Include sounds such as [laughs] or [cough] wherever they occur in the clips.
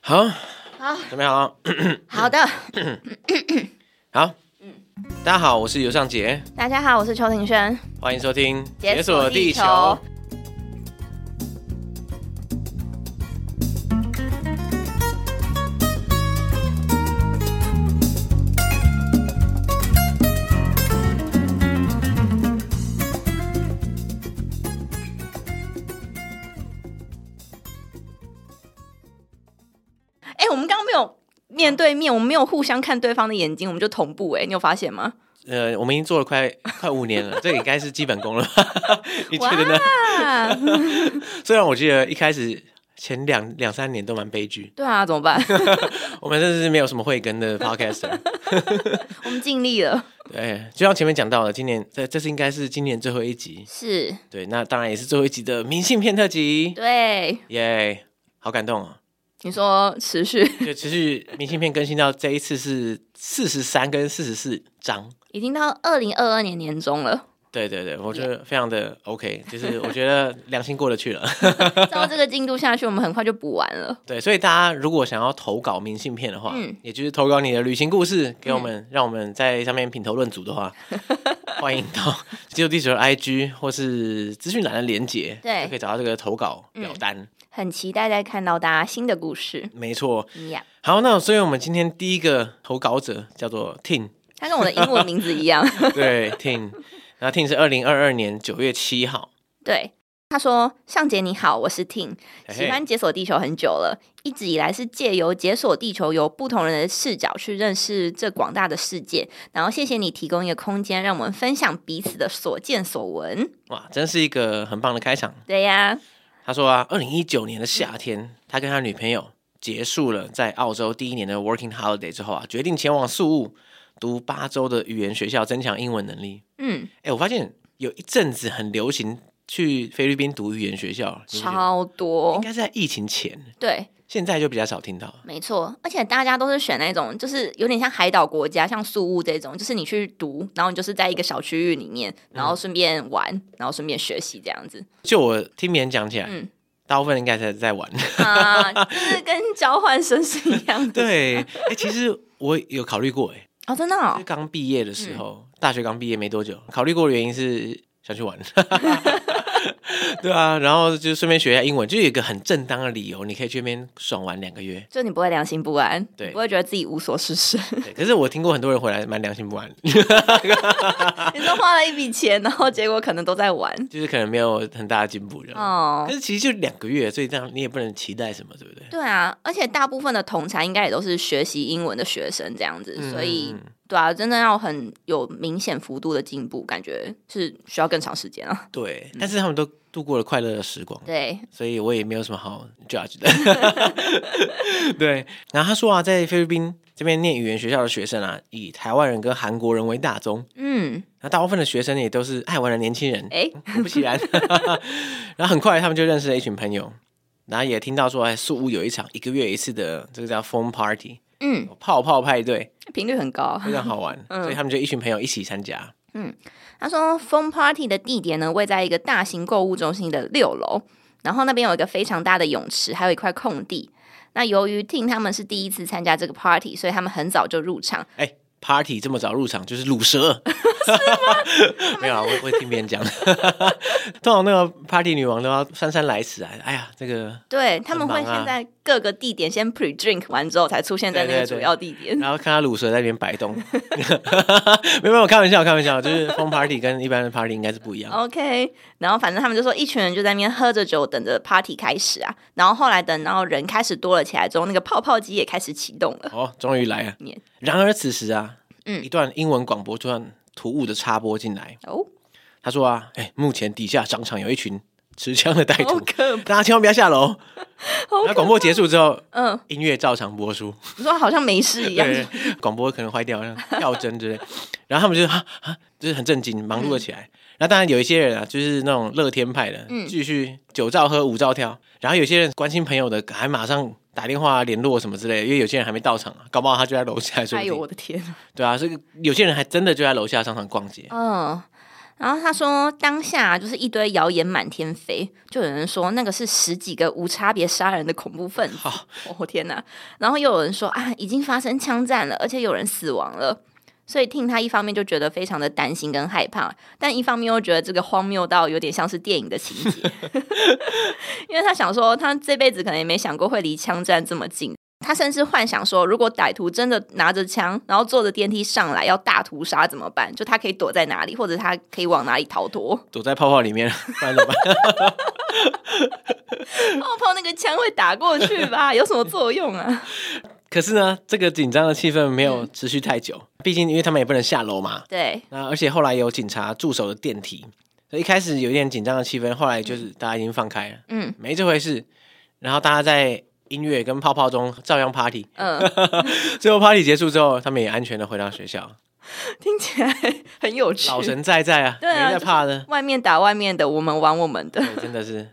好，好准备好了，好的，好，嗯大家好，我是尤尚杰，大家好，我是邱庭轩，欢迎收听《解锁地球哎、我们刚刚没有面对面，我们没有互相看对方的眼睛，我们就同步、哎，你有发现吗？呃，我们已经做了快快五年 [laughs] 了，这个应该是基本功了吧，你觉得呢？啊， [laughs] 虽然我记得一开始前两两三年都蛮悲剧，对啊，怎么 [laughs] 办？我们真的是没有什么慧根的 podcast。 [laughs] 我们尽力了，对，就像前面讲到的，今年这这是应该是今年最后一集，是对，那当然也是最后一集的明信片特辑，对。耶、好感动哦！你说持续就持续明信片更新到这一次是四十三跟四十四张。 [laughs] 已经到二零二二年年中了，对对对，我觉得非常的 OK，就是我觉得良心过得去了。 [laughs] 照这个进度下去，我们很快就补完了。对，所以大家如果想要投稿明信片的话，嗯也就是投稿你的旅行故事给我们，让我们在上面品头论足的 [laughs] 话，欢迎到基督地球的 IG 或是资讯栏的连接，对嗯就可以找到这个投稿表单。很期待再看到大家新的故事。没错， Yeah，好，那所以我们今天第一个投稿者叫做 Tin， [laughs] 它跟我的英文名字一 [laughs] 样。对 Tin，然后 Tin 是二零二二年九月七号，对，他说：“尚杰你好，我是 Ting，嘿嘿喜欢解锁地球很久了，一直以来是借由解锁地球，由不同人的视角去认识这广大的世界。然后谢谢你提供一个空间，让我们分享彼此的所见所闻。哇，真是一个很棒的开场。对呀、他说啊，二零一九年的夏天，他跟他女朋友结束了在澳洲第一年的 working holiday 之后啊，决定前往宿务读八周的语言学校，增强英文能力。嗯，哎，我发现有一阵子很流行去菲律宾读语言学校，你不觉得超应多该，是在疫情前，对，现在就比较少听到了。没错。而且大家都是选那种，就是有点像海岛国家，像宿务这种，就是你去读，然后你就是在一个小区域里面，嗯然后顺便玩，然后顺便学习这 [laughs] 样子。就我听别人讲起来，嗯大部分应该是在 [laughs] 玩。啊，就是跟交换生是一样的。对，哎，其实我有考虑过，哎，哦，真的、就哦，刚毕业的时候，嗯大学刚毕业没多久，考虑过的原因是想去玩。 [laughs] 对啊，然后就顺便学一下英文，就有一个很正当的理由，你可以去那边爽玩两个月。就你不会良心不安，对你不会觉得自己无所 [laughs] 事事。对，可是我听过很多人回来蛮良心不安，你说花了一笔钱，然后结果可能都在玩。 [laughs] 就是可能没有很大的进步这样。哦可，是其实就两个月，所以这样你也不能期待什么，对不对？对啊，而且大部分的同才应该也都是学习英文的学生这样子，嗯所以嗯对啊，真的要很有明显幅度的进步，感觉是需要更长时间啊。 [laughs] 对，但是他们都度过了快乐的时光。对，所以我也没有什么好 judge 的。对，然后他说啊，在菲律宾这边念语言学校的学生啊，以台湾人跟韩国人为大宗，嗯，那大部分的学生也都是爱玩的年轻人，哎，果不其然。 [laughs] 然后很快他们就认识了一群朋友，然后也听到说，哎，宿务有一场一个月一次的这个叫 phone party 嗯，泡泡派对，频率很高。啊非常好玩，所以他们就一群朋友一起参加。他说，Phone Party 的地点呢，位在一个大型购物中心的六楼，然后那边有一个非常大的泳池，还有一块空地。那由于 Ting 他们是第一次参加这个 party，所以他们很早就入场。哎，party 这么早入场就是卤蛇， [laughs] 没有啊，我我也听别人讲， [laughs] 通常那个 party 女王都要姗姗来迟啊，哎呀，这个，对，他们会很忙啊先在各个地点先 pre drink 完之后，才出现在那对个对对主要地点。然后看她卤蛇在那边摆 [laughs] 动， [laughs] 没有没有，开玩笑，开玩笑，就是疯 party 跟一般的 party 应该是不一样。哦 OK，然后反正他们就说一群人就在那边喝着酒，等着 party 开始啊。然后后来等到人开始多了起来之后，那个泡泡机也开始启动了。哦，终于来了你。然而此时啊，嗯一段英文广播突然突兀的插播进来，哦，他说啊，哎，目前底下商场有一群持枪的歹好徒，可怕！大家千万不要下楼。好那广播结束之后，嗯，音乐照常播出。你说好像没事一样。对，广播可能坏掉，像跳针之类。然后他们就啊啊，就是很震惊，忙碌了起来。然后当然有一些人啊，就是那种乐天派的，继续酒照喝，舞照跳。然后有些人关心朋友的，还马上打电话联络什么之类的，因为有些人还没到场啊，搞不好他就在楼下，说哎不呦，定。我的天！对啊，所以有些人还真的就在楼下商场逛街。嗯，然后他说，当下就是一堆谣言满天飞，就有人说那个是十几个无差别杀人的恐怖分子。好哦天哪！然后又有人说啊，已经发生枪战了，而且有人死亡了。所以听他一方面就觉得非常的担心跟害怕，但一方面又觉得这个荒谬到有点像是电影的情节， [laughs] 因为他想说他这辈子可能也没想过会离枪战这么近。他甚至幻想说，如果歹徒真的拿着枪，然后坐着电梯上来要大屠杀怎么办？就他可以躲在哪里，或者他可以往哪里逃脱？ [laughs] 哦躲在泡泡里面，不然怎么办？泡泡那个枪会打过去吧？有什么作用啊？ [laughs] 可是呢，这个紧张的气氛没有持续太久，毕竟因为他们也不能下楼嘛。对，那而且后来有警察驻守的电梯，所以一开始有一点紧张的气氛，后来就是大家已经放开了，嗯没这回事。然后大家在音乐跟泡泡中照样 party，嗯、最后 party 结束之后，他们也安全的回到学校，听起来很有趣。老神在在啊， [laughs] 对啊没在怕的，外面打外面的，我们玩我们的。对真的是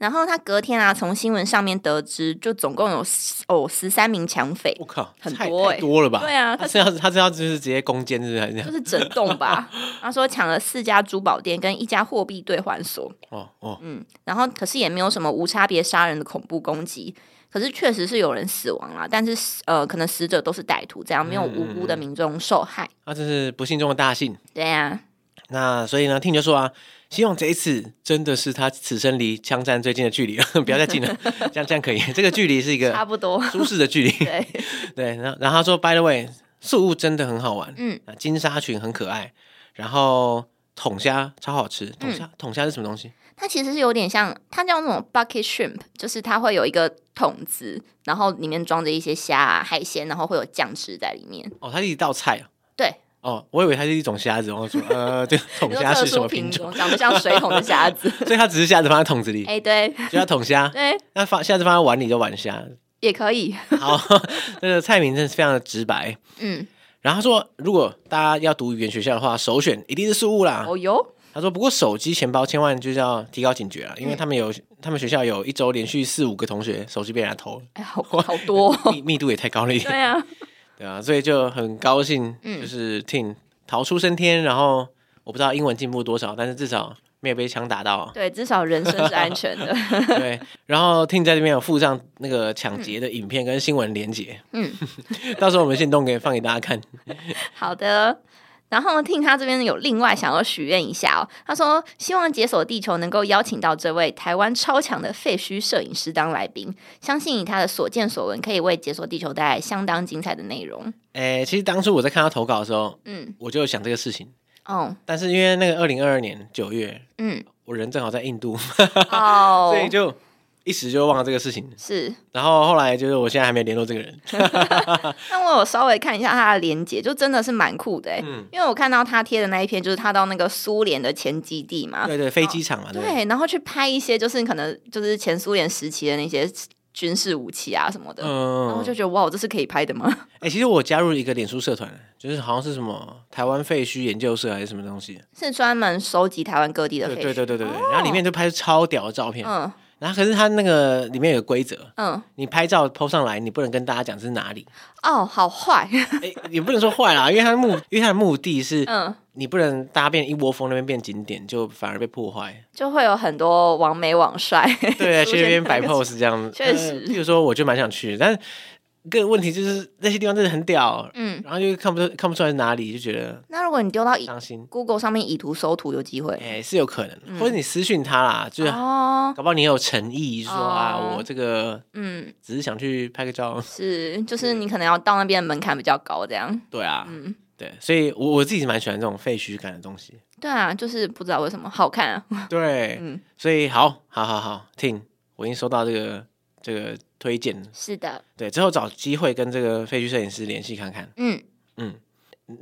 然后他隔天啊，从新闻上面得知，就总共有10哦十三名抢匪，我靠，很太多欸太多了吧？对啊他他是要他是要就是直接攻坚是不是？还是这就样？是整 [laughs] 栋吧。他说抢了四家珠宝店跟一家货币兑换所，哦哦，嗯，然后可是也没有什么无差别杀人的恐怖攻击，可是确实是有人死亡啦，但是死呃，可能死者都是歹徒，这样没有嗯无辜的民众受害。那真是不幸中的大幸。对啊呀、那所以呢，听就说啊，希望这一次真的是他此生离枪战最近的距离了， [laughs] 不要再近了，这样这样可以。这个距离是一差个不多。 [laughs] 舒适的距离。对， [laughs] 对，然后然后他说，By the way，素物真的很好玩，嗯，啊金沙裙很可爱，然后桶虾超好吃，嗯桶虾、桶虾是什么东西？它其实是有点像，它叫那种 bucket shrimp，就是它会有一个桶子，然后里面装着一些虾、啊、海鲜，然后会有酱汁在里面。哦，它是一道菜啊。对，哦，我以为它是一种虾子，然后说，呃，这个桶 [laughs] 你说虾特是什殊么品种？种，长得像水桶的 [laughs] 虾子。所以它只是虾子放在桶子里，哎、对就叫桶虾。对，那放下次放在碗里就碗虾。也可以。 [laughs] 好，这个菜名真是非常的直白。嗯，然后他说，如果大家要读语言学校的话，首选一定是素物啦。哦哟，他说，不过手机、钱包千万就是要提高警觉啊，因为他们有、他们学校有一周连续四五个同学手机被人家 [laughs] 偷了，哎，好好 [laughs] 多、哦。密密度也太高了一对点，啊，对啊，所以就很高兴，嗯，就是 Tin 逃出升天，然后我不知道英文进步多少，但是至少没有被枪打到 [laughs] 对，至少人生是安全的。对。然后 Tin 在这边有附上那个抢劫的影片跟新闻连结，嗯， [laughs] 到时候我们现动给放给大家看。好的。然后听他这边有另外想要许愿一下哦，他说希望解锁地球能够邀请到这位台湾超强的废墟摄影师当来宾，相信以他的所见所闻，可以为解锁地球带来相当精彩的内容。诶，其实当初我在看到投稿的时候，嗯，我就有想这个事情，哦，但是因为那个二零二二年九月，嗯，我人正好在印度，哦 [laughs] 所，以就一时就忘了这个事情。是。然后后来就是我现在还没联络这个人，那我有稍微看一下他的连接，就真的是蛮酷的哎、嗯因为我看到他贴的那一篇，就是他到那个苏联的前基地嘛，对对，飞机场嘛，对不对。啊哦对，然后去拍一些就是可能就是前苏联时期的那些军事武器啊什么的，然后嗯就，觉得哇，这是可以拍的吗？ [laughs] 哎、其实我加入了一个脸书社团，就是好像是什么台湾废墟研究社还是什么东西，是专门收集台湾各地的对废墟。对对对对对，然后里面就拍出超屌的照片，嗯然后可是它那个里面有个规则，嗯，你拍照 PO 上来，你不能跟大家讲是 [laughs] 哪里，哦，好坏， [laughs] 哎、也不能说坏啦，因为它的目，因为它的目的是嗯，你不能搭变一窝蜂那边变景点，就反而被破坏。就会有很多网美网帅 [laughs] 出现在那个。 [laughs] 对，去那边摆 pose 这样，确呃实譬如说，我就蛮想去，但是个问题就是那些地方真的很屌，嗯，然后又看不出看不出来是哪里，就觉得那如果你丢到以伤心。 Google 上面以图搜图有机会、嗯哎、是有可能，或者你私讯他啦，就是嗯啊哦，搞不好你有诚意，就说啊，哦我这个嗯，只是想去拍个照。 [laughs] 是，就是你可能要到那边的门槛比较高，这样。对啊，嗯，对，所以我我自己蛮喜欢这种废墟感的东西。对啊，就是不知道为什么好看啊。对，嗯所以好，好好好，听，我已经收到这个这个推荐了。是的，对，之后找机会跟这个废墟摄影师联系看看。嗯，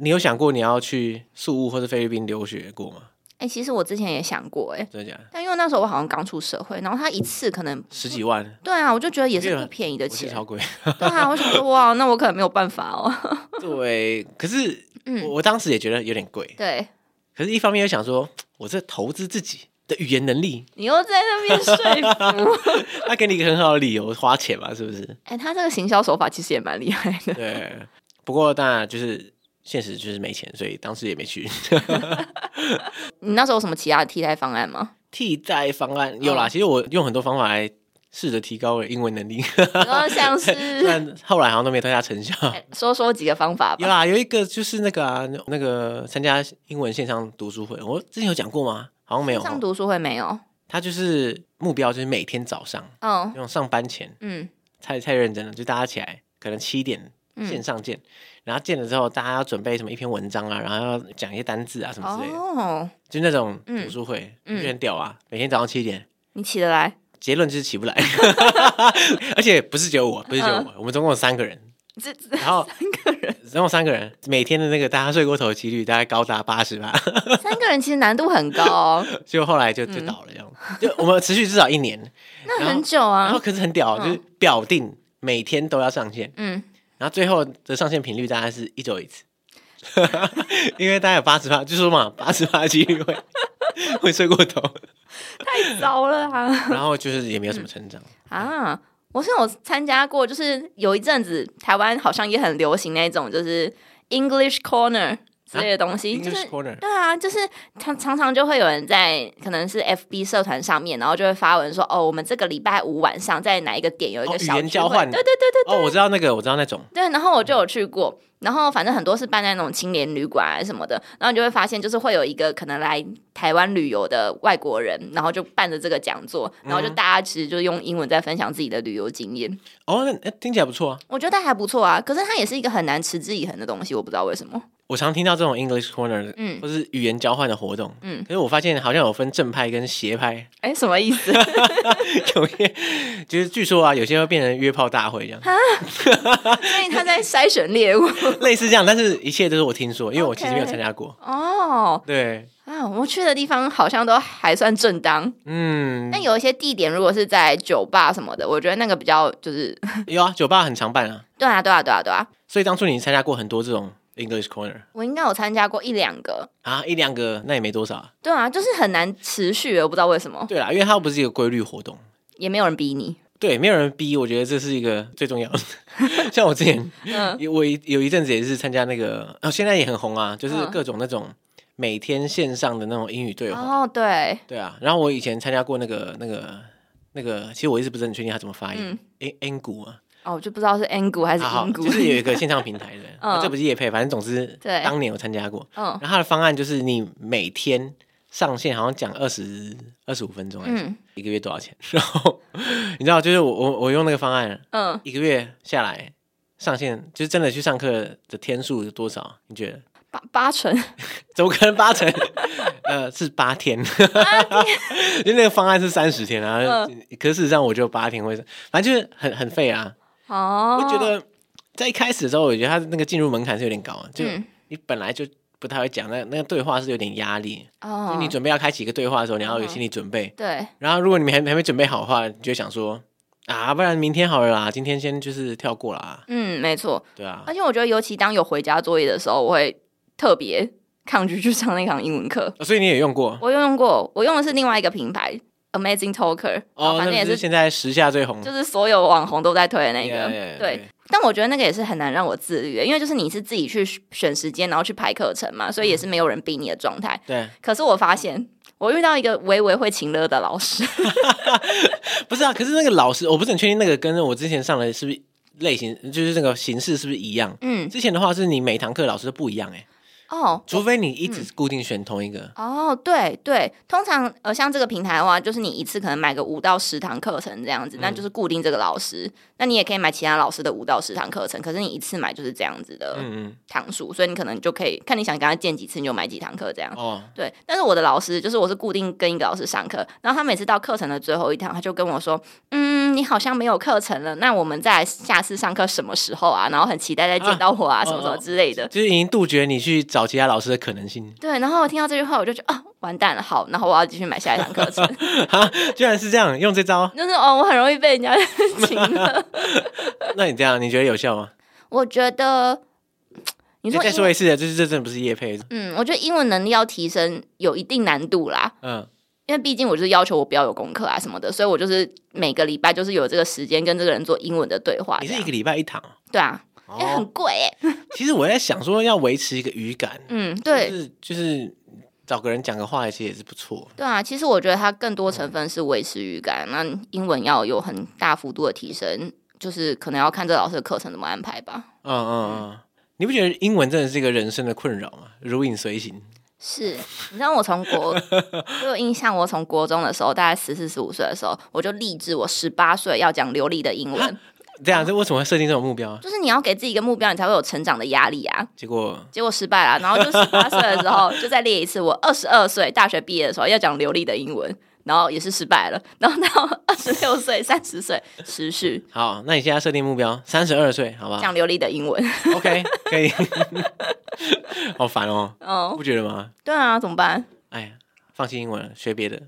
你有想过你要去宿务或者菲律宾留学过吗？哎、其实我之前也想过、哎，真的假的？但因为那时候我好像刚出社会，然后他一次可能十几万，对啊，我就觉得也因是为不便宜的我记得钱超。 [laughs] 贵。对啊，我想说哇，那我可能没有办法哦。对，可是我嗯，我当时也觉得有点贵， [laughs] 对可是一方面又想说，我这投资自己的语言能力，你又在那边说 [laughs] 服。他给你一个很好的理由花钱嘛，是不是？哎、他这个行销手法其实也蛮厉害的。对。不过当然就是现实就是没钱，所以当时也没去。你那时候有什么其他的替代方案吗？替代方案有啦，嗯其实我用很多方法来试着提高我的英文能 [laughs] 力，然后像虽是然后来好像都没有太大成效。哎说说几个方法 [laughs] 有吧。啦，有一个就是那个啊，那个参加英文线上读书会，我之前有讲过吗？好像没有哦。上读书会没有？他就是目标就是每天早上，嗯那种上班前，嗯太太认真了，就大家起来可能七点线嗯。上见，然后见了之后，大家要准备什么一篇文章啊，然后要讲一些单字啊什么之类的，哦，就那种嗯读书会，嗯就很屌啊！每天早上七点，你起得来？结论就是起不来， [laughs] 而且不是只有我，不是只有嗯我，我们总共有三个人，这这然后三个人，总共三个人，每天的那个大家睡过头的几率大概高达八十吧，三个人其实难度很高哦，就后来就就倒了这样，就我们持续至少一年， [laughs] 那然后很久然后啊。可是很屌，就是表定每天都要上线。嗯，然后最后的上线频率大概是一周一次， [laughs] 因为大概有八十八，就说嘛，八十八几率会 [laughs] 会睡过头，太糟了啊！然后就是也没有什么成长。啊，我是有参加过，就是有一阵子台湾好像也很流行那种，就是 English Corner 之类的东西，就 English 是。 corner，对啊，就是常常常就会有人在可能是 FB 社团上面，然后就会发文说，哦，我们这个礼拜五晚上在哪一个点有一哦个语小言聚交会换对对对对哦，我知道那个，我知道那种，对，然后我就有去过，然后反正很多是办在那种青年旅馆啊什么的，然后你就会发现，就是会有一个可能来台湾旅游的外国人，然后就办着这个讲座，然后就大家其实就用英文在分享自己的旅游经验，哦，那那听起来不错啊。我觉得还不错啊。可是它也是一个很难持之以恒的东西，我不知道为什么。我常听到这种 English corner，嗯或是语言交换的活动，嗯可是我发现好像有分正派跟邪派， [laughs] 哎，什么意 [laughs] 思？有些就是据说啊，有些会变成约炮大会这样，所以他在筛选猎物类似这样，但是一切都是我听说，因为我其实没有参加过。哦。对，啊，我去的地方好像都还算正当，嗯，但有一些地点如果是在酒吧什么的，我觉得那个比较就是， [laughs] 有啊，酒吧很常办啊。对啊，对啊，对啊，对啊。所以当初你参加过很多这种 English Corner 我应该有参加过一两个，啊，一两个那也没多少、啊。对啊，就是很难持续，我不知道为什么，对啦，因为它又不是一个规律活动，也没有人逼你。对，没有人逼，我觉得这是一个最重要 [laughs] 的。像我之前，嗯我一有一阵子也是参加那个，哦，现在也很红啊，就是嗯各种那种每天线上的那种英语对话。哦，对，对啊，然后我以前参加过那个那个那个，其实我一直不是很确定它怎么发音嗯，N N 股啊，哦，我就不知道是 N 嗯股还是啊好，英股， [laughs] 就是有一个线上平台的，嗯这不是叶配，反正总之，对当年我参加过，嗯然后它的方案就是你每天上线好像讲二十二十五分钟，嗯，嗯一个月多少钱？ [laughs] 然后你知道，就是我我我用那个方案，嗯，一个月下来上线，就是真的去上课的天数有多少？你觉得？八八成，怎么可能八成？ [laughs] 呃，是八天， [laughs] 就那个方案是三十天啊，嗯可是事实上我就八天会，反正就是很很废啊。哦，我觉得在一开始的时候，我觉得他那个进入门槛是有点高，啊就嗯你本来就不太会讲，那那个对话是有点压力。哦就，你准备要开启一个对话的时候，你要有嗯心理准备。对，然后，如果你们还还没准备好的话，你就会想说啊，不然明天好了啦，今天先就是跳过啦，嗯，没错。对啊而。且我觉得，尤其当有回家作业的时候，我会特别抗拒去上那堂英文课。哦所以你也用过我用过，我用的是另外一个品牌 Amazing Talker，然哦，后反正那也不是是现在时下最红，就是所有网红都在推的那个 Yeah, yeah, 嗯 yeah, 对。但我觉得那个也是很难让我自律的，因为就是你是自己去选时间，然后去排课程嗯嘛，所以也是没有人逼你的状态。对，可是我发现，我遇到一个微微会情勒的 [laughs] 老师，不是啊。可是那个老师，我不是很确定那个跟我之前上的是不是类型，就是那个形式是不是一样。嗯，之前的话是你每堂课老师都不一样哎、哦。除非你一直固定选同一个。哦，对对，通常呃，像这个平台的话，就是你一次可能买个五到十堂课程这样子，嗯那就是固定这个老师。那你也可以买其他老师的五到十堂课程，可是你一次买就是这样子的嗯堂数，所以你可能就可以看你想跟他见几次，你就买几堂课这样嗯，。哦，对，但是我的老师就是我是固定跟一个老师上课，然后他每次到课程的最后一堂，他就跟我说：“嗯，你好像没有课程了，那我们再来下次上课什么时候啊？然后很期待再见到我啊，啊什么什哦么哦之类的。就是已经杜绝你去找其他老师的可能性，对，然后我听到这句话，我就觉得啊，完蛋了，好，然后我要继续买下一堂课程， [laughs] 居然是这样用这招，就是哦，我很容易被人家 [laughs] 请了。那你这样你觉得有效吗？我觉得你你说再英说一次，就是这真的不是叶配，嗯，我觉得英文能力要提升有一定难度啦，嗯，因为毕竟我就是要求我不要有功课啊什么的，所以我就是每个礼拜就是有这个时间跟这个人做英文的对话这你样。是一个礼拜一堂哦，对啊，因为很哦，贵哎、其实我在想说，要维持一个语感，嗯，对就是就是找个人讲个话，其实也是不错。对啊，其实我觉得它更嗯多成分是维持语感，那英文要有很大幅度的提升，就是可能要看这老师的课程怎么安排吧。嗯嗯嗯，你不觉得英文真的是一个人生的困扰吗？如影随形。是，你知道我从 [laughs] 国，我有印象，我从国中的时候，大概十四十五岁的时候，我就立志，我十八岁要讲流利的英文。这哦样，这为什么会设定这种目标啊？就是你要给自己一个目标，你才会有成长的压力啊。结果结果失败了，然后就十八岁的时候就再列一次。我二十二岁大学毕业的时候要讲流利的英文，然后也是失败了。然后到二十六岁、三十岁持续好，那你现在设定目标三十二岁，好吧讲流利的英文。 ？OK，可 [laughs] 以。好烦哦，哦，不觉得吗？对啊，怎么办？ [laughs] 哎呀，放弃英文了，学别的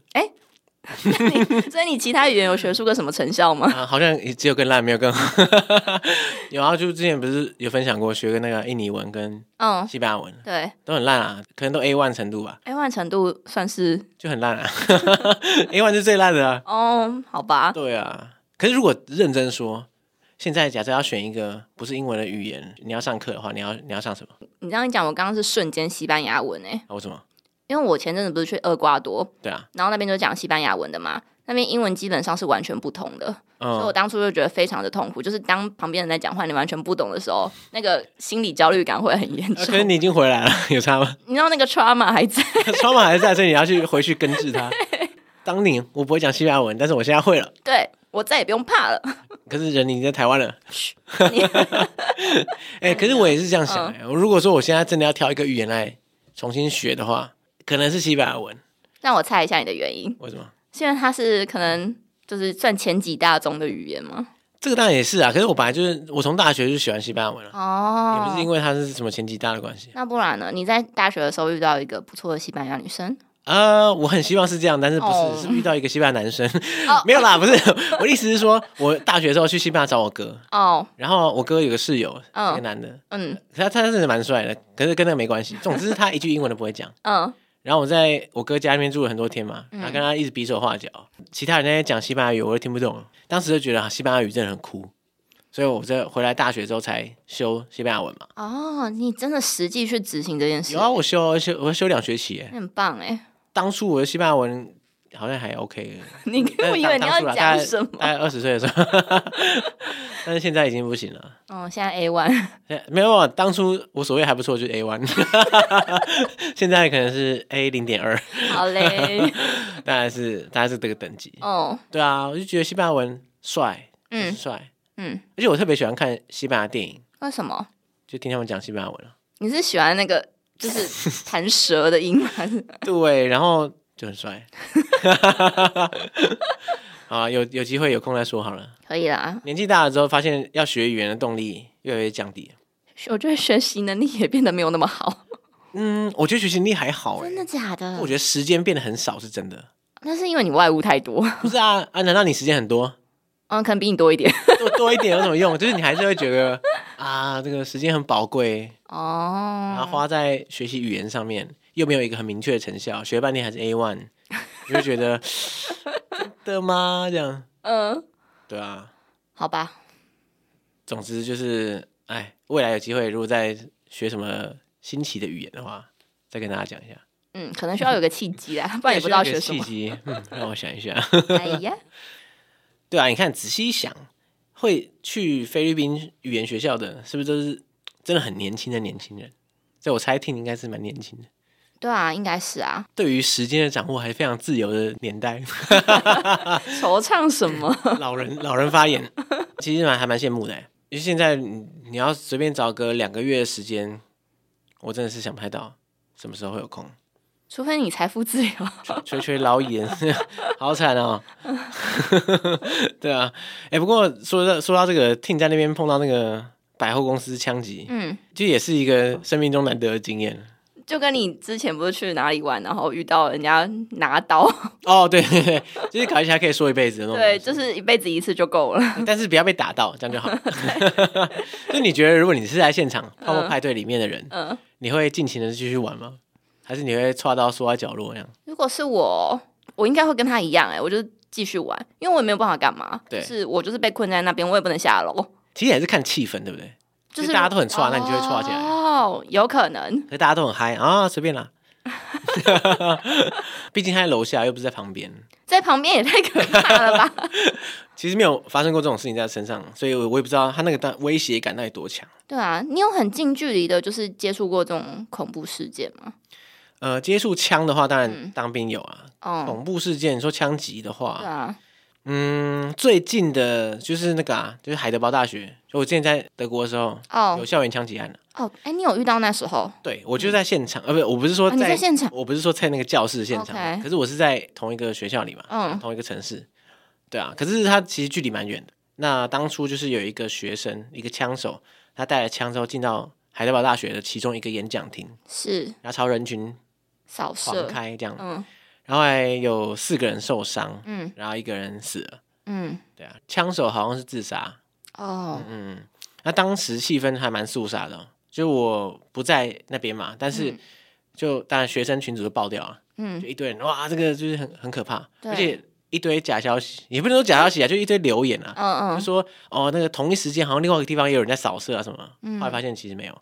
所以你其他语言有学出个什么成效吗？啊，好像只有更烂，没有更好。 [laughs] 有啊，就之前不是有分享过，学个那个印尼文跟嗯，西班牙文对都很烂啊，可能都 A one 程度吧， ，A one 程度算是就很烂啊。A one 是最烂的啊。哦，好吧，对啊，可是如果认真说，现在假设要选一个不是英文的语言，你要上课的话，你要你要上什么？你这样一讲，我刚刚是瞬间西班牙文诶、欸啊，为什么？因为我前阵子不是去厄瓜多，对啊，然后那边就讲西班牙文的嘛，那边英文基本上是完全不同的，所以嗯，我当初就觉得非常的痛苦，就是当旁边人在讲话，你完全不懂的时候，那个心理焦虑感会很严啊、重。可是你已经回来了，有差吗？你知道那个 trauma 还在， [laughs] 窗马还在，所以你要去回去根治它。当年我不会讲西班牙文，但是我现在会了。对我再也不用怕了。可是人已经在台 [laughs] 湾了，你哎、可是我也是这样嗯想、哎，我如果说我现在真的要挑一个语言来重新学的话，可能是西班牙文。让我猜一下你的原因，为什么？是因为它是可能就是算前几大宗的语言吗？这个当然也是啊。可是我本来就是，我从大学就喜欢西班牙文了，也不是因哦，为它是什么前几大的关系。那不然呢？你在大学的时候遇到一个不错的西班牙女生，呃，我很希望是这样，但是不是，哦是遇到一个西班牙男生，哦 [laughs] 没有啦，不是。我的意思是说，我大学的时候去西班牙找我哥，哦，然然后我哥有个室友，嗯一个男的，嗯可他他真的蛮帅的，可是跟那个没关系。总之他一句英文都不会讲。嗯然后我在我哥家里面住了很多天嘛，然后跟他一直比手画脚，其他人在讲西班牙语我都听不懂，当时就觉得啊西班牙语真的很酷，所以我在回来大学之后才修西班牙文嘛。哦，你真的实际去执行这件事，有啊，我修修我修两学期耶，你很 [laughs] 棒哎！当初我的西班牙文好像还 [laughs] OK，你但我是以当为你要当初啦大讲概什大么？概二十岁的时候， [laughs] 但是现在已经不行了。哦，现在 A one 现在没有啊，当初我所谓还不错，就是 A one，现在可能是 A 零点二，好嘞，大概是大概是这个等级。哦，对啊，我就觉得西班牙文帅，嗯，嗯帅，嗯，而且我特别喜欢看西班牙电影，为什么？就听他们讲西班牙文了。啊你是喜欢那个就是 [laughs] 弹舌的音吗？还是对，然后就很帅。 [laughs] 好啊，有有机会有空再说好了。可以啦，年纪大了之后，发现要学语言的动力越来越降低。我觉得学习能力也变得没有那么好，嗯，我觉得学习能力还好、欸， [laughs] 真的假的我？觉得时间变得很少是真的。那是因为你外物太多，不是啊啊，难道你时间很多？嗯，可能比你多一点多多一点有什么用？就是你还是会觉得啊，这个时间很宝贵，然后哦。花在学习语言上面，又没有一个很明确的成效，学半天还是 A one，你就觉得真的吗？这样嗯，对啊。好吧，总之就是，哎，未来有机会，如果再学什么新奇的语言的话，再跟大家讲一下。嗯，可能需要有个契机 [laughs] 啦，不然也不知道学什需要一么。个契机，嗯，让我想一下。 [laughs] 哎呀，对啊，你看仔细一想，会去菲律宾语言学校的，是不是都是真的很年轻的年轻人？这我猜听应该是蛮年轻的，对啊，应该是啊。对于时间的掌握还非常自由的年代，惆怅什么？ [laughs] 老人老人发言，其实蛮还蛮羡慕的欸。因为现在你你要随便找个两个月的时间，我真的是想不太到什么时候会有空，除非你财富自由。 [laughs] 垂垂老眼，好惨哦。 [laughs] 对啊，哎、不过说到说到这个，听你在那边碰到那个百货公司枪击，嗯，就也是一个生命中难得的经验。就跟你之前不是去哪里玩，然后遇到人家拿刀，哦，对对对，就是考一下可以说一辈子的那种。对，就是一辈子一次就够了。但是不要被打到，这样就好。嗯 [laughs] 就你觉得，如果你是在现场泡沫派对里面的人，嗯，你会尽情的继续玩吗？还是你会岔到缩在角落那样？如果是我，我应该会跟他一样、哎，我就是继续玩，因为我也没有办法干嘛，对就是我就是被困在那边，我也不能下楼。其实还是看气氛，对不对？就就是大家都很啊串，那你就会串起来。哦，有可能， [laughs] 可是大家都很嗨啊，随便啦。毕竟他在楼下，又不是在旁边。在旁边也太可怕了 [laughs] 吧？其实没有发生过这种事情在他身上，所以我我也不知道他那个大威胁感到底多强。对啊，你有很近距离的，就是接触过这种恐怖事件吗？呃，接触枪的话，当然当兵有啊。嗯哦，恐怖事件，你说枪击的对话，啊，嗯，最近的就是那个啊，就是海德堡大学，就我之前在德国的时候，有哦校园枪击案了。哦，哎，你有遇到那时候？对，我就在现场，呃，不是，我不是说啊你在现场我不是说在那个教室现场 OK 可是我是在同一个学校里嘛，嗯同一个城市，对啊，可是他其实距离蛮远的。那当初就是有一个学生，一个枪手，他带了枪之后进到海德堡大学的其中一个演讲厅，是然后朝人群扫狂射，开这样，嗯然后还有四个人受伤，嗯然后一个人死了，嗯，对啊，枪手好像是自杀，哦，嗯，那当时气氛还蛮肃杀的哦，就我不在那边嘛，但是嗯就当然学生群组就爆掉了，嗯就一堆人哇，这个就是很很可怕，对而且一堆假消息，也不能说假消息啊，就一堆留言啊，嗯就嗯，说哦那个同一时间好像另外一个地方也有人在扫射啊什么，嗯后来发现其实没有。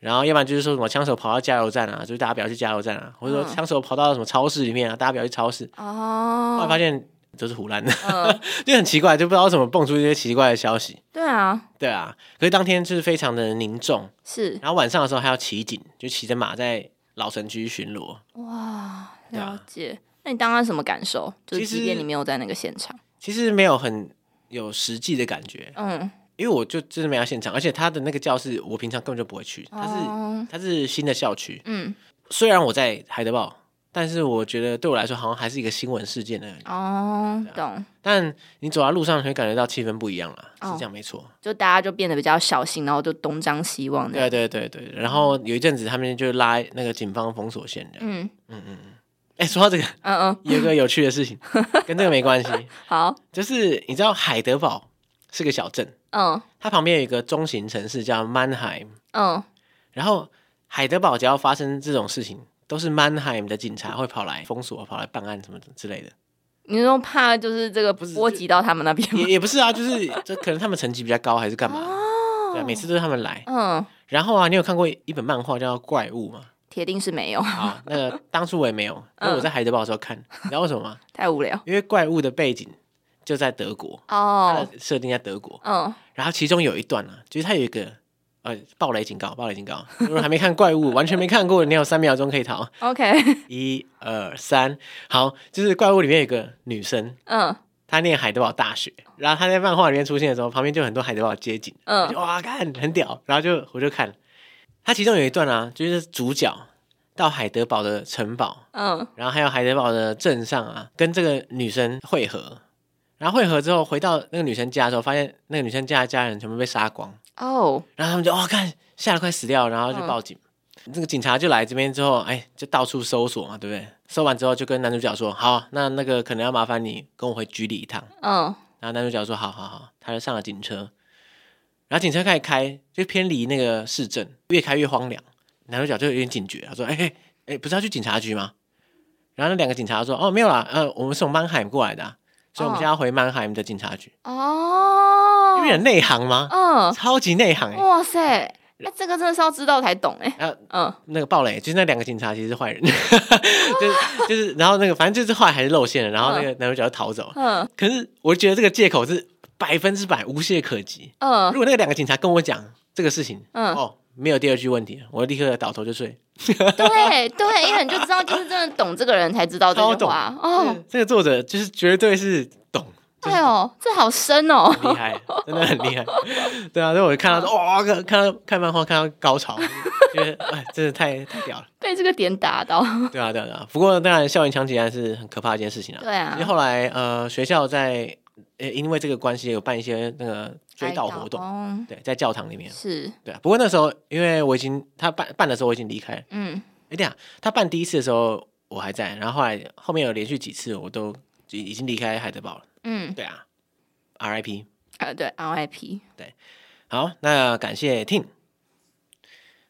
然后，要不然就是说什么枪手跑到加油站啊，就是大家不要去加油站啊，或者说嗯枪手跑到什么超市里面啊，大家不要去超市。后来发哦，现都是胡乱的， [laughs] 嗯，就很奇怪，就不知道为什么蹦出一些奇怪的消息。对啊，对啊，可是当天就是非常的凝重，是然后晚上的时候还要骑警，就骑着马在老城区巡逻。哇，对啊了解。那你当时什么感受？就是其即便实你没有在那个现场，其实没有很有实际的感觉，嗯，因为我就真的没到现场，而且他的那个教室我平常根本就不会去，它是哦它是新的校区，嗯虽然我在海德堡，但是我觉得对我来说好像还是一个新闻事件呢。哦，懂，但你走在路上，你会感觉到气氛不一样啦，是哦这样没错。就大家就变得比较小心，然后就东张西望的。对啊对对对，然后有一阵子他们就拉那个警方封锁线的。嗯哎，说到这个，嗯嗯，有一个有趣的事情，跟这个没关系，好，就是你知道海德堡是个小镇，嗯它旁边有一个中型城市叫曼海姆，嗯，然后海德堡只要发生这种事情，都是曼海姆的警察会跑来封锁、跑来办案什么之类的。你说怕就是这个是波及到他们那边吗也？也不是啊，就是这可能他们成绩比较高还是干嘛？对啊，每次都是他们来。哦嗯，然后啊，你有看过一本漫画叫《怪物》吗？铁定是没有， [laughs] 啊，那个当初我也没有，因为我在海德堡的时候看，你知道为什么吗？太无聊因为《怪物》的背景就在德国，它哦。的设定在德国。嗯，然后其中有一段啊，就是它有一个呃暴雷警告，暴雷警告，如果还没看怪物，完全没看过，你有三秒钟可以逃， OK， [laughs] 一二三，好，就是怪物里面有一个女生，嗯她念海德堡大学，然后她在漫画里面出现的时候，旁边就有很多海德堡街景，我嗯就哇看很屌，然后就我就看，它其中有一段啊，就是主角到海德堡的城堡，嗯，然后还有海德堡的镇上啊，跟这个女生会合。然后会合之后，回到那个女生家的时候，发现那个女生家的家人全部被杀光，哦，然后他们就哦，看吓得快死掉了，然后就嗯报警。这个警察就来这边之后，哎，就到处搜索嘛，对不对？搜完之后就跟男主角说：“好，那那个可能要麻烦你跟我回局里一趟。嗯”然后男主角说：“好好好。”他就上了警车，然后警车开始开，就偏离那个市政，越开越荒凉。男主角就有点警觉，他说：“哎哎哎，不是要去警察局吗？”然后那两个警察说：“哦，没有啦，呃，我们是从曼海姆过来的啊、所以我们哦现在要回曼海姆的警察局。因哦为，很内行吗？嗯，超级内行、欸，哇塞，那这个真的是要知道才懂哎。然后嗯，那个暴雷，就是那两个警察其实是坏人， [laughs] 就是就是，然后那个反正就是后来还是露馅了，然后那个男主角就逃走。嗯可是我觉得这个借口是百分之百无懈可击。如嗯果那两个警察跟我讲这个事情，嗯，哦，没有第二句问题，我立刻倒头就睡。对对，因为你就知道，就是真的懂这个人才知道这超句懂嗯话哦。这个作者就是绝对是懂，就是哎呦，这好深哦。 [laughs] 很厉害，啊真的很厉害。对啊，所以我就看到说哇，看看到看漫画看到高潮，觉得哎，真的太太屌了。被这个点 [laughs] 打到。对啊，对啊，对啊。不过当然，校园枪击案是很可怕的一件事情啊。对啊因为，后来呃，学校在呃因为这个关系有办一些那个追悼活动，嗯动对，在教堂里面。是，对啊，不过那时候因为我已经他办办的时候我已经离开了，嗯哎对啊，他办第一次的时候我还在，然后后来后面有连续几次我都已已经离开海德堡了。嗯，对啊，RIP。呃，对，RIP，好，那感谢 Tim。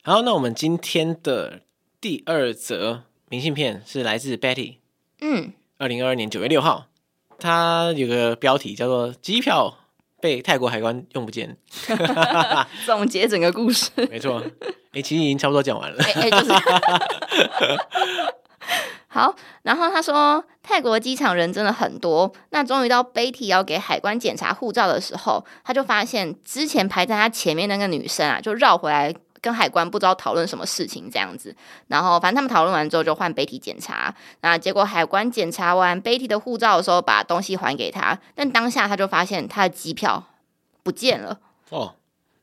好，那我们今天的第二则明信片是来自 Betty。嗯，二零二二年九月六号，它有个标题叫做“机票被泰国海关用不见。总结整个故事，没错，哎，其实已经差不多讲完了。哎、哎，就是 [laughs] 好。然后他说，泰国机场人真的很多。那终于到 Betty 要给海关检查护照的时候，他就发现之前排在他前面那个女生啊，就绕回来。跟海关不知道讨论什么事情这样子，然后反正他们讨论完之后就换 Betty 检查，那结果海关检查完 Betty 的护照的时候，把东西还给他，但当下他就发现他的机票不见了。哦，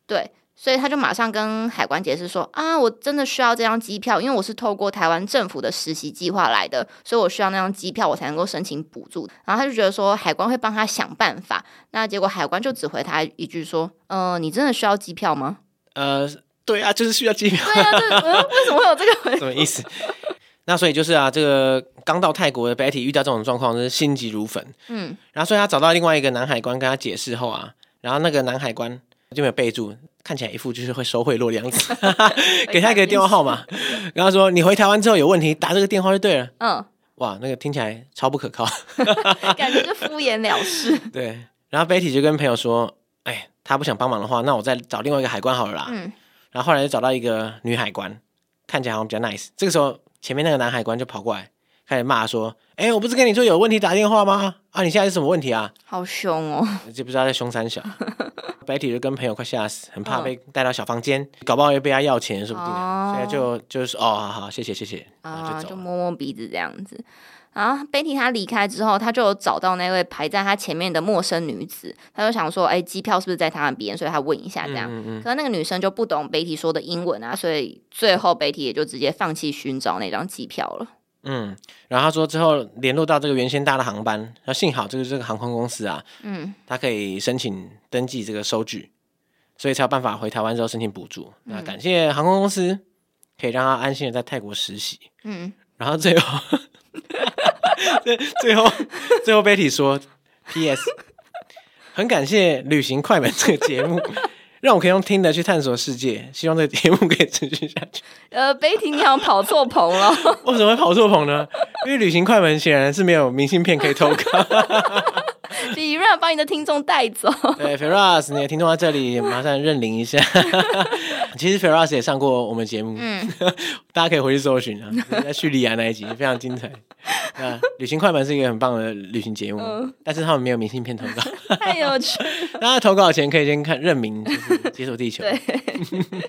对，所以他就马上跟海关解释说啊，我真的需要这张机票，因为我是透过台湾政府的实习计划来的，所以我需要那张机票，我才能够申请补助。然后他就觉得说海关会帮他想办法，那结果海关就只回他一句说，呃，你真的需要机票吗？ [laughs] 呃，对啊，就是需要机票，对啊，对，嗯为什么会有这个 [laughs] 回什么意思？那所以就是啊，这个刚到泰国的 Betty 遇到这种状况，真是心急如焚。嗯，然后所以他找到另外一个男海关跟他解释后啊，然后那个男海关就没有备注，看起来一副就是会收贿赂的样子，给他一个电话号码，然后说你回台湾之后有问题打这个电话就对了。嗯，哇，那个听起来超不可靠。感觉就敷衍了 [laughs] 事。对，然后 Betty 就跟朋友说，哎，他不想帮忙的话，那我再找另外一个海关好了啦。嗯，然后后来就找到一个女海关，看起来好像比较 nice。这个时候，前面那个男海关就跑过来，开始骂说：“哎，我不是跟你说有问题打电话吗？啊，你现在是什么问题啊 [laughs] 好凶哦。？”就不知道在凶三小。Betty 就跟朋友快吓死，很怕被带到小房间，搞不好又被他要钱，说不定啊。嗯哦所以就就是说哦，好好，谢谢谢谢，然后啊，就走就了。摸摸鼻子这样子。然后 Betty 她离开之后，她就有找到那位排在她前面的陌生女子，她就想说，哎，机票是不是在她那边？所以她问一下这样。嗯嗯可是那个女生就不懂 Betty 说的英文啊，所以最后 Betty 也就直接放弃寻找那张机票了。嗯，然后他说之后联络到这个原先搭的航班，那幸好这个这个航空公司啊，嗯，他可以申请登记这个收据，所以才有办法回台湾之后申请补助。那感谢航空公司，可以让他安心的在泰国实习。嗯，然后最后， [laughs] 最最后最后 Betty 说：“P.S. 很感谢《旅行快门》这个节目， [laughs] 让我可以用听的去探索世界。希望这个节目可以持续下去。呃，Betty 你好像跑错棚了，为什么会跑错棚呢？因为《旅行快门》显然是没有明信片可以投稿。”你让把你的听众带走。 [laughs] 对，Ferraz，你的听众在这里，麻烦认领一下。 [laughs] 其实 Ferraz 也上过我们节目，嗯大家可以回去搜寻啊，在叙利亚那一集非常精彩。那旅行快门是一个很棒的旅行节目，嗯但是他们没有明信片投稿， [laughs] 太有趣了。大家投稿前可以先看认明，就是解锁地球。对， [laughs]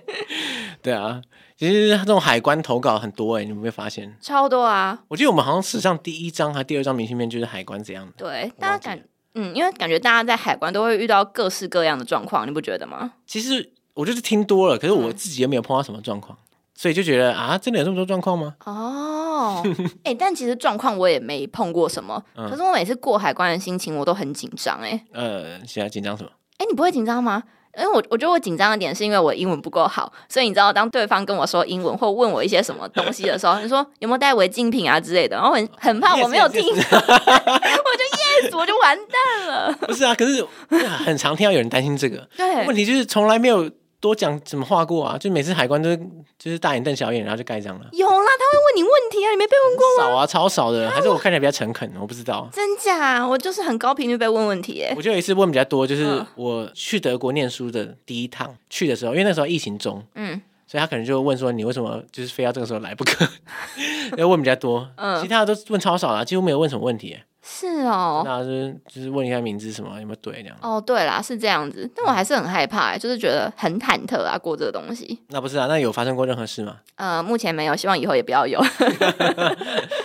对啊，其实这种海关投稿很多哎、你有没有发现？超多啊。我记得我们好像史上第一张还第二张明信片就是海关这样的。对，我大家忘记感嗯，因为感觉大家在海关都会遇到各式各样的状况，你不觉得吗？其实我就是听多了，可是我嗯自己也没有碰到什么状况，所以就觉得啊，真的有这么多状况吗？哦，哎、但其实状况我也没碰过什么，嗯可是我每次过海关的心情我都很紧张、哎，呃，现在紧张什么？哎，你不会紧张吗？因为我我觉得我紧张的点是因为我英文不够好，所以你知道，当对方跟我说英文或问我一些什么东西的时候，你说有没有带违禁品啊之类的，然后我很很怕 Yes, 我没有 yes, 听到，我就 yes，我就完蛋 [laughs] 了。不是啊，可是啊很常听到有人担心这个问 [laughs] 对，题，就是从来没有多讲什么话过啊，就每次海关都是就是大眼瞪小眼，然后就盖章了，有啦，他会问你问题啊，你没被问过吗？少啊，超少的，还是我看起来比较诚恳，我不知 [laughs] 道。真假？我就是很高频率被问问题、哎，我就有一次问比较多，就是嗯我去德国念书的第一趟去的时候，因为那时候疫情中，嗯，所以他可能就问说你为什么就是非要这个时候来不可， [laughs] 要问比较多，嗯其他的都问超少了，几乎没有问什么问题，是哦，那就是就是问一下名字什么有没有对这样。哦，对啦，是这样子，但我还是很害怕、欸，就是觉得很忐忑啊，过这个东西。那不是啊，那有发生过任何事吗？呃，目前没有，希望以后也不要有。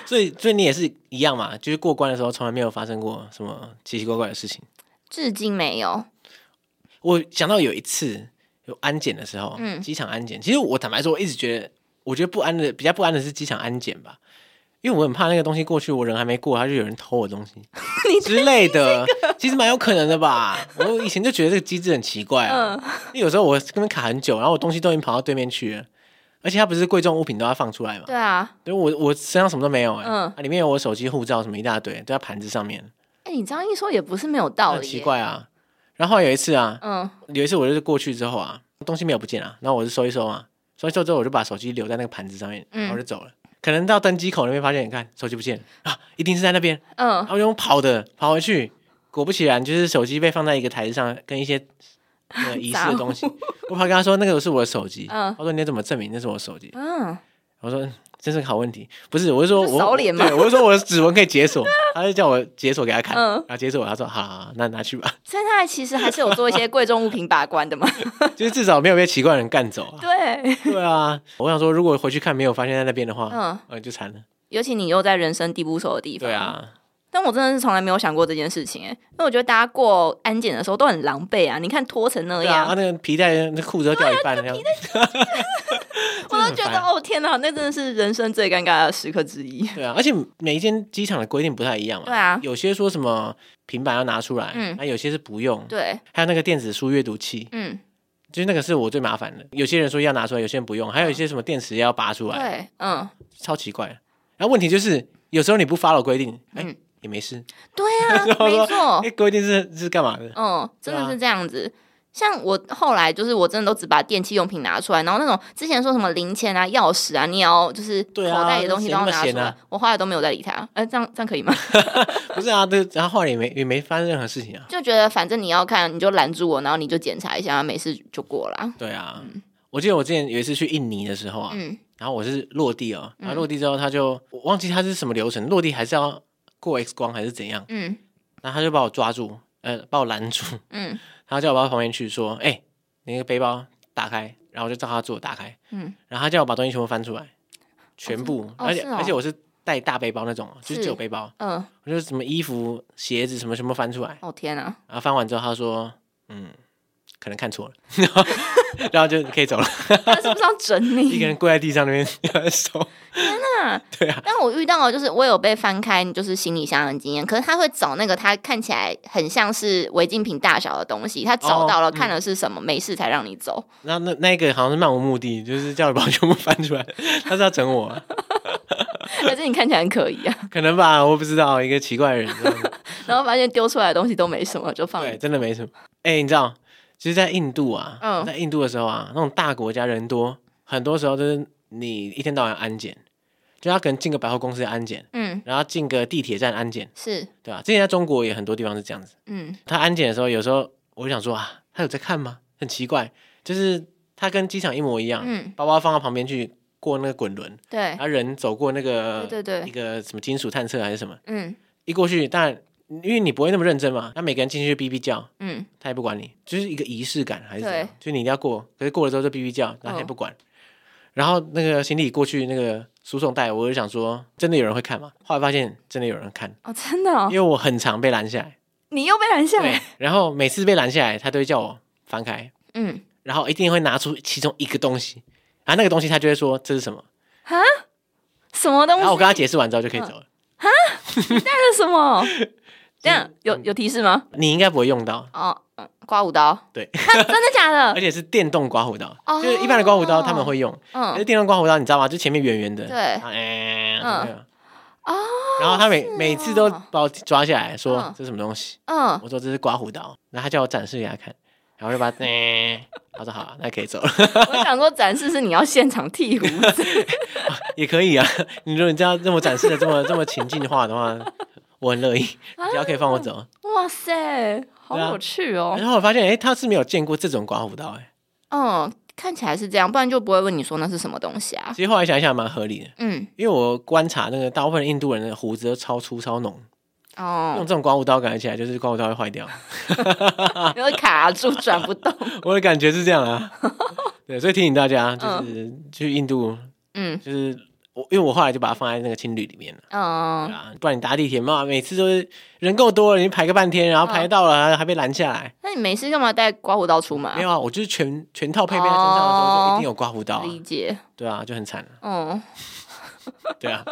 所以，所以你也是一样嘛，就是过关的时候从来没有发生过什么奇奇怪怪的事情。至今没有。我想到有一次有安检的时候，嗯，嗯机场安检，其实我坦白说，我一直觉得，我觉得不安的，比较不安的是机场安检吧，因为我很怕那个东西过去，我人还没过，他就有人偷我 [laughs] 东西之类的，其实蛮有可能的吧。我以前就觉得这个机制很奇怪啊，嗯因为有时候我根本卡很久，然后我东西都已经跑到对面去了，而且它不是贵重物品都要放出来嘛，对啊，对我我身上什么都没有哎、嗯啊里面有我手机、护照什么一大堆，都在盘子上面，哎、你这样一说也不是没有道很理、欸奇。怪啊。然后后来有一次啊，嗯，有一次我就是过去之后啊，东西没有不见啊，然后我就收一收嘛，收一收之后我就把手机留在那个盘子上面，嗯然后我就走了。可能到登机口那边发现，你看手机不见了啊，一定是在那边，嗯然，后我用跑的跑回去，果不其然，就是手机被放在一个台子上，跟一些呃仪式的东西。我跑跟他说那个是我的手机，嗯他说你怎么证明那是我的手机？嗯，我说嗯真是个好问题，不是，我是说就我扫脸嘛对，我是说我的指纹可以解锁，他就叫我解锁给他看，嗯然后解锁，他说好好，好那拿去吧， [laughs] 所以他其实还是有做一些贵重物品把关的嘛。就是至少没有被奇怪的人干走啊。对， [laughs] 对啊，我想说，如果回去看没有发现在那边的话，嗯嗯，呃，就惨了。尤其你又在人生地不熟的地方。对。啊，但我真的是从来没有想过这件事情、欸，因为我觉得大家过安检的时候都很狼狈啊，你看拖成那对啊，样，啊他那个皮带、那裤子都掉一半了，那样真的很我都觉得烦哦天哪，那真的是人生最尴尬的时刻之一。对啊，而且每一间机场的规定不太一样嘛。对啊有些说什么平板要拿出来，嗯嗯，那、有些是不用，对，还有那个电子书阅读器，嗯，就是那个是我最麻烦的。有些人说要拿出来，有些人不用，还有一些什么电池要拔出来，嗯对，嗯，超奇怪。然后问题就是，有时候你不 follow 规定，哎、嗯也没事。对 [laughs] 啊然，后没说错哎、，规定是是干嘛的？嗯，真的对是啊这样子。像我后来就是我真的都只把电器用品拿出来，然后那种之前说什么零钱啊、钥匙啊，你也要就是口对啊袋里的东西都要那闲拿出不闲来。啊我后来都没有再理他，呃，这样这样可以吗？ [laughs] 不是啊，对，然后后来也没也没发生任何事情啊。就觉得反正你要看你就拦住我，然后你就检查一下，没事就过了。对啊，我记得我之前有一次去印尼的时候啊，嗯，然后我是落地哦，然后落地之后他就、我忘记他是什么流程，落地还是要过 X 光还是怎样，嗯然后他就把我抓住，呃，把我拦住， [laughs] 嗯他叫我跑到旁边去说，哎、你那个背包打开，然后我就照他做打开，嗯，然后他叫我把东西全部翻出来，全部，哦而且、是哦而且我是带大背包那种哦，就是是只有背包，嗯，我就是什么衣服、鞋子什么全部翻出来，哦天啊，然后翻完之后他说，嗯，可能看错了， [laughs] 然后然后就可以走了。他是不是要 [laughs] 整一个你？人跪在地上那边收，但我遇到的就是我有被翻开就是行李箱的经验，可是他会找那个他看起来很像是违禁品大小的东西，他找到了、哦嗯看了是什么，没事才让你走。然后 [laughs] 那那一个好像是漫无目的，就是叫我把全部翻出来， [laughs] 他是要整我啊，嗯 [laughs] 可是你看起来很可疑啊，可能吧，我不知道，一个奇怪的 [laughs] 人，这样子然后发现丢出来的东西都没什么，就放。对，真的没什么。哎、你知道，其实，在印度啊，嗯我在印度的时候啊，那种大国家人多，很多时候就是你一天到晚安检，就他可能进个百货公司安检，嗯，然后进个地铁站安检，是，对吧、之前在中国也很多地方是这样子，嗯他安检的时候，有时候我就想说啊，他有在看吗？很奇怪，就是他跟机场一模一样，嗯，包包放到旁边去过那个滚轮，对然，后人走过那个哎对对对一个什么金属探测还是什么，嗯一过去，当然因为你不会那么认真嘛，那每个人进去就哔哔叫，嗯，他也不管你，就是一个仪式感还是怎对样，就你一定要过，可是过了之后就哔哔叫，然后他也不管。然后那个行李过去那个输送带，我就想说，真的有人会看吗？后来发现真的有人看，哦，真的、哦因，为我很常被拦下来，你又被拦下对来。，然后每次被拦下来，他都会叫我翻开，嗯，然后一定会拿出其中一个东西，然后那个东西他就会说这是什么，什么东西？然啊后我跟他解释完之后就可以走了。这是什 [laughs] 么？这样嗯有有提示吗？你应该不会用到，哦，嗯刮胡刀。对哎啊，真的假 [laughs] 而的？且是电动刮胡刀，哦就是一般的刮胡刀他们会用，但嗯是电动刮胡刀你知道吗？就前面圆圆的，对然后哎，嗯嗯，然后他每是哦每次都把我抓下来说嗯这是什么东西，嗯，我说这是刮胡刀，然后他叫我展示给他看，然后我就把它，哎他说好啊，那可以走了， [laughs] 我想说展示是你要现场剃胡子，也可以啊，你如果你这样这么展示的这么这么情境化的话，我很乐意，只要可以放我走。哇塞，好有趣哦。然后我发啊现，哎，他是没有见过这种刮胡刀，哎，嗯，看起来是这样，不然就不会问你说那是什么东西啊。其实后来想一想蛮合理的。嗯，因为我观察那个大部分印度人的胡子都超粗超浓，用哦，这种刮胡刀感觉起来就是刮胡刀会坏 [laughs] 掉，嗯因为卡住转不 [laughs] 动。我的感觉是这样 [laughs] 啊。对，所以提醒大家，就是去印度，嗯就是我因为我后来就把它放在那个青旅里面了，对嗯，啊，不然你搭地铁嘛，每次都是人够多了，你排个半天，然后排到嗯了、还被拦下来。那你没事干嘛带刮胡刀出门啊？没有啊，我就是全全套配备在身上的时候，就一定有刮胡刀、啊，理解。对啊，就很惨了，嗯，对啊，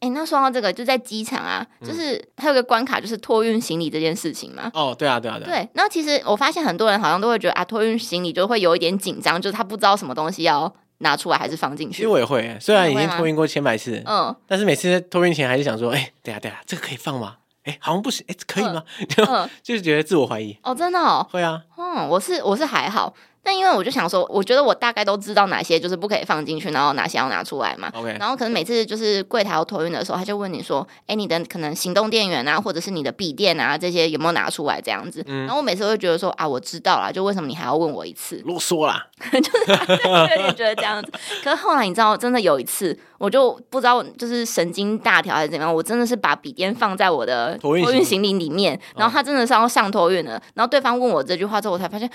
哎、那说到这个，就在机场啊，嗯就是还有个关卡，就是托运行李这件事情嘛。哦，对啊，对啊，对啊，对，那其实我发现很多人好像都会觉得啊，托运行李就会有一点紧张，就是他不知道什么东西要拿出来还是放进其实去。我也会，虽然已你也经会吗托运过千百次，嗯，但是每次在托运前还是想说，哎、对啊对啊，这个可以放吗？哎、好像不行，哎、这可以吗？嗯就是觉得自我怀疑。哦，真的哦，会啊，嗯，我是我是还好，但因为我就想说，我觉得我大概都知道哪些就是不可以放进去，然后哪些要拿出来嘛。 OK，？”然后可能每次就是柜台要托运的时候，他就问你说：“哎，你的可能行动电源啊，或者是你的笔电啊，这些有没有拿出来？”这样子。然后我每次会觉得说：“啊，我知道啦，就为什么你还要问我一次啰嗦啦。有点觉得这样子。可是后来你知道，真的有一次，我就不知道就是神经大条还是怎么样，我真的是把笔电放在我的托运行李嗯行李里面，然后他真的是要上托运了。然后对方问我这句话之后，我才发现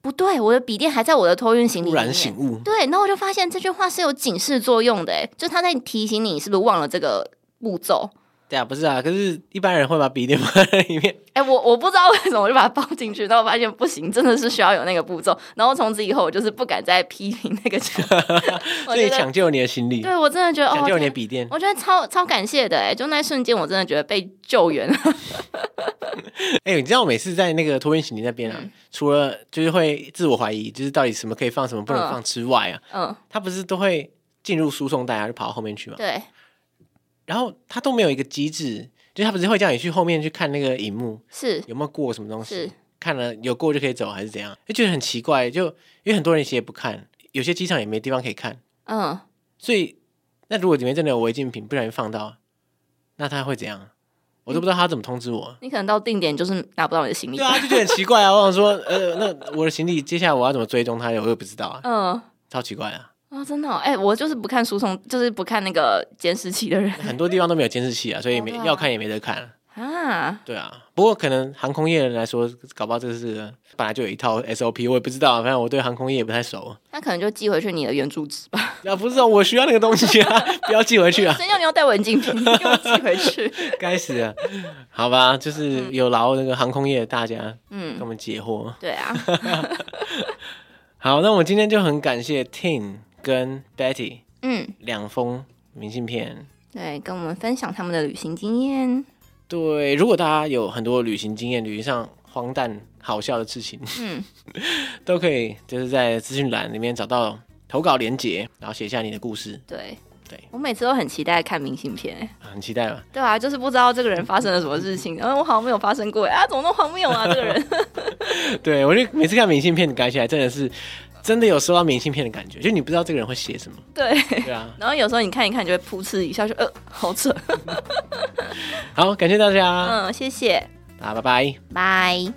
不对，我的笔电还在我的托运行李突里然面。醒悟，对，然后我就发现这句话是有警示作用的，哎，就他在提醒你是不是忘了这个步骤。对啊，不是啊，可是一般人会把笔电放在里面，哎，我我不知道为什么，我就把它包进去，但我发现不行，真的是需要有那个步骤。然后从此以后，我就是不敢再批评那个墙。我所以觉得，抢救你的行李， [laughs] 对我真的觉得，抢哦，救你的天笔电。 [laughs] 我觉得超超感谢的，哎，就那一瞬间，我真的觉得被救援了。 [laughs] 嗯哎，你知道我每次在那个托运行李那边啊，除了就是会自我怀疑，就是到底什么可以放，什么不能嗯放之外啊，嗯，他不是都会进入输送带啊，就跑到后面去嘛。对，然后他都没有一个机制，就是他不是会叫你去后面去看那个荧幕是有没有过什么东西是，看了有过就可以走还是怎样，就觉得很奇怪。就因为很多人其实也不看，有些机场也没地方可以看，嗯，所以那如果里面真的有违禁品，不小心放到，那他会怎样？我都不知道他怎么通知我。你可能到定点就是拿不到你的行李对。啊，就觉得很奇怪啊！我想说，呃，那我的行李接下来我要怎么追踪它？我也不知道啊，嗯。超奇怪啊！啊、真的、哦，哎、我就是不看书从，就是不看那个监视器的人 [laughs] 很多地方都没有监视器啊，所以没哦对啊要看也没得看啊。啊。对啊，不过可能航空业人来说，搞不好这是本来就有一套 SOP，我也不知道，反正我对航空业也不太熟。他可能就寄回去你的原住址吧。 [laughs] 啊，不是啊，我需要那个东西啊， [laughs] 不要寄回去啊，谁叫你要带文静平，你给我寄 [laughs] 回去。该死啊！好吧，就是有劳那个航空业的大家给我嗯，们解惑。对啊，好，那我们今天就很感谢 Tin 跟 Betty 嗯，两封明信片。对，跟我们分享他们的旅行经验。对，如果大家有很多旅行经验，旅行上荒诞好笑的事情，嗯， [laughs] 都可以就是在资讯栏里面找到投稿连结，然后写下你的故事。对，对，我每次都很期待看明信片、哎很期待吧？对啊，就是不知道这个人发生了什么事情，然嗯后我好像没有发生过、哎啊，怎么那么荒谬啊？这个人，对我就每次看明信片改起来，真的是真的有收到明信片的感觉，就你不知道这个人会写什么。对。 [laughs] 对啊，然后有时候你看一看，就会噗嗤一笑，就呃，好扯。好，感谢大家，嗯，谢谢，大家拜拜。拜。